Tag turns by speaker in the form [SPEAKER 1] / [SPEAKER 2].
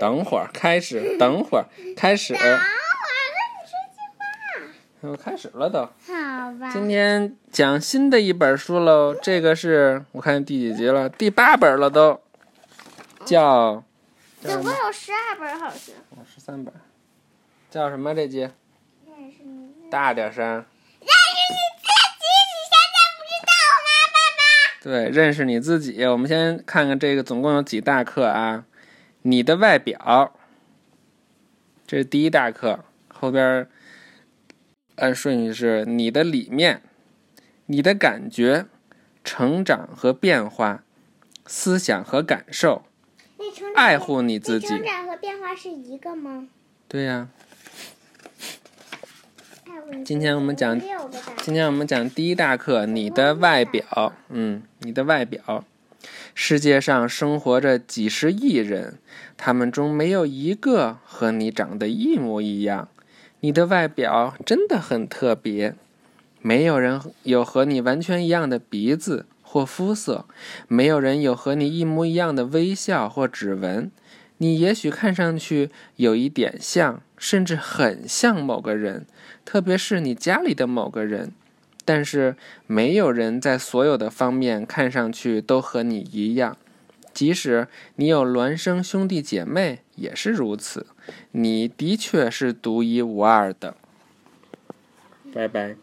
[SPEAKER 1] 等会儿开 始，等会儿开始，我开始了都。
[SPEAKER 2] 好吧，
[SPEAKER 1] 今天讲新的一本书喽，这个是我看第几集了？第八本了都，叫叫
[SPEAKER 2] 总
[SPEAKER 1] 什
[SPEAKER 2] 共
[SPEAKER 1] 么？
[SPEAKER 2] 有十二本，好像。
[SPEAKER 1] 十三本，叫什么？这集
[SPEAKER 2] 认识你自己，
[SPEAKER 1] 大点声。
[SPEAKER 2] 你现在不知道吗，爸爸？
[SPEAKER 1] 对，认识你自己。我们先看看这个总共有几大课啊？你的外表，这是第一大课，后边儿按顺序是你的里面、你的感觉、成长和变化、思想和感受、
[SPEAKER 2] 那成长
[SPEAKER 1] 爱护你自
[SPEAKER 2] 那成
[SPEAKER 1] 己。
[SPEAKER 2] 长和变化是一个吗？
[SPEAKER 1] 对呀、
[SPEAKER 2] 爱护你
[SPEAKER 1] 今天我们讲
[SPEAKER 2] 六个大
[SPEAKER 1] 今天我们讲第一大课，你的外表。嗯，你的外表。世界上生活着几十亿人，他们中没有一个和你长得一模一样。你的外表真的很特别，没有人有和你完全一样的鼻子或肤色，没有人有和你一模一样的微笑或指纹。你也许看上去有一点像，甚至很像某个人，特别是你家里的某个人，但是没有人在所有的方面看上去都和你一样，即使你有孪生兄弟姐妹也是如此，你的确是独一无二的。拜拜。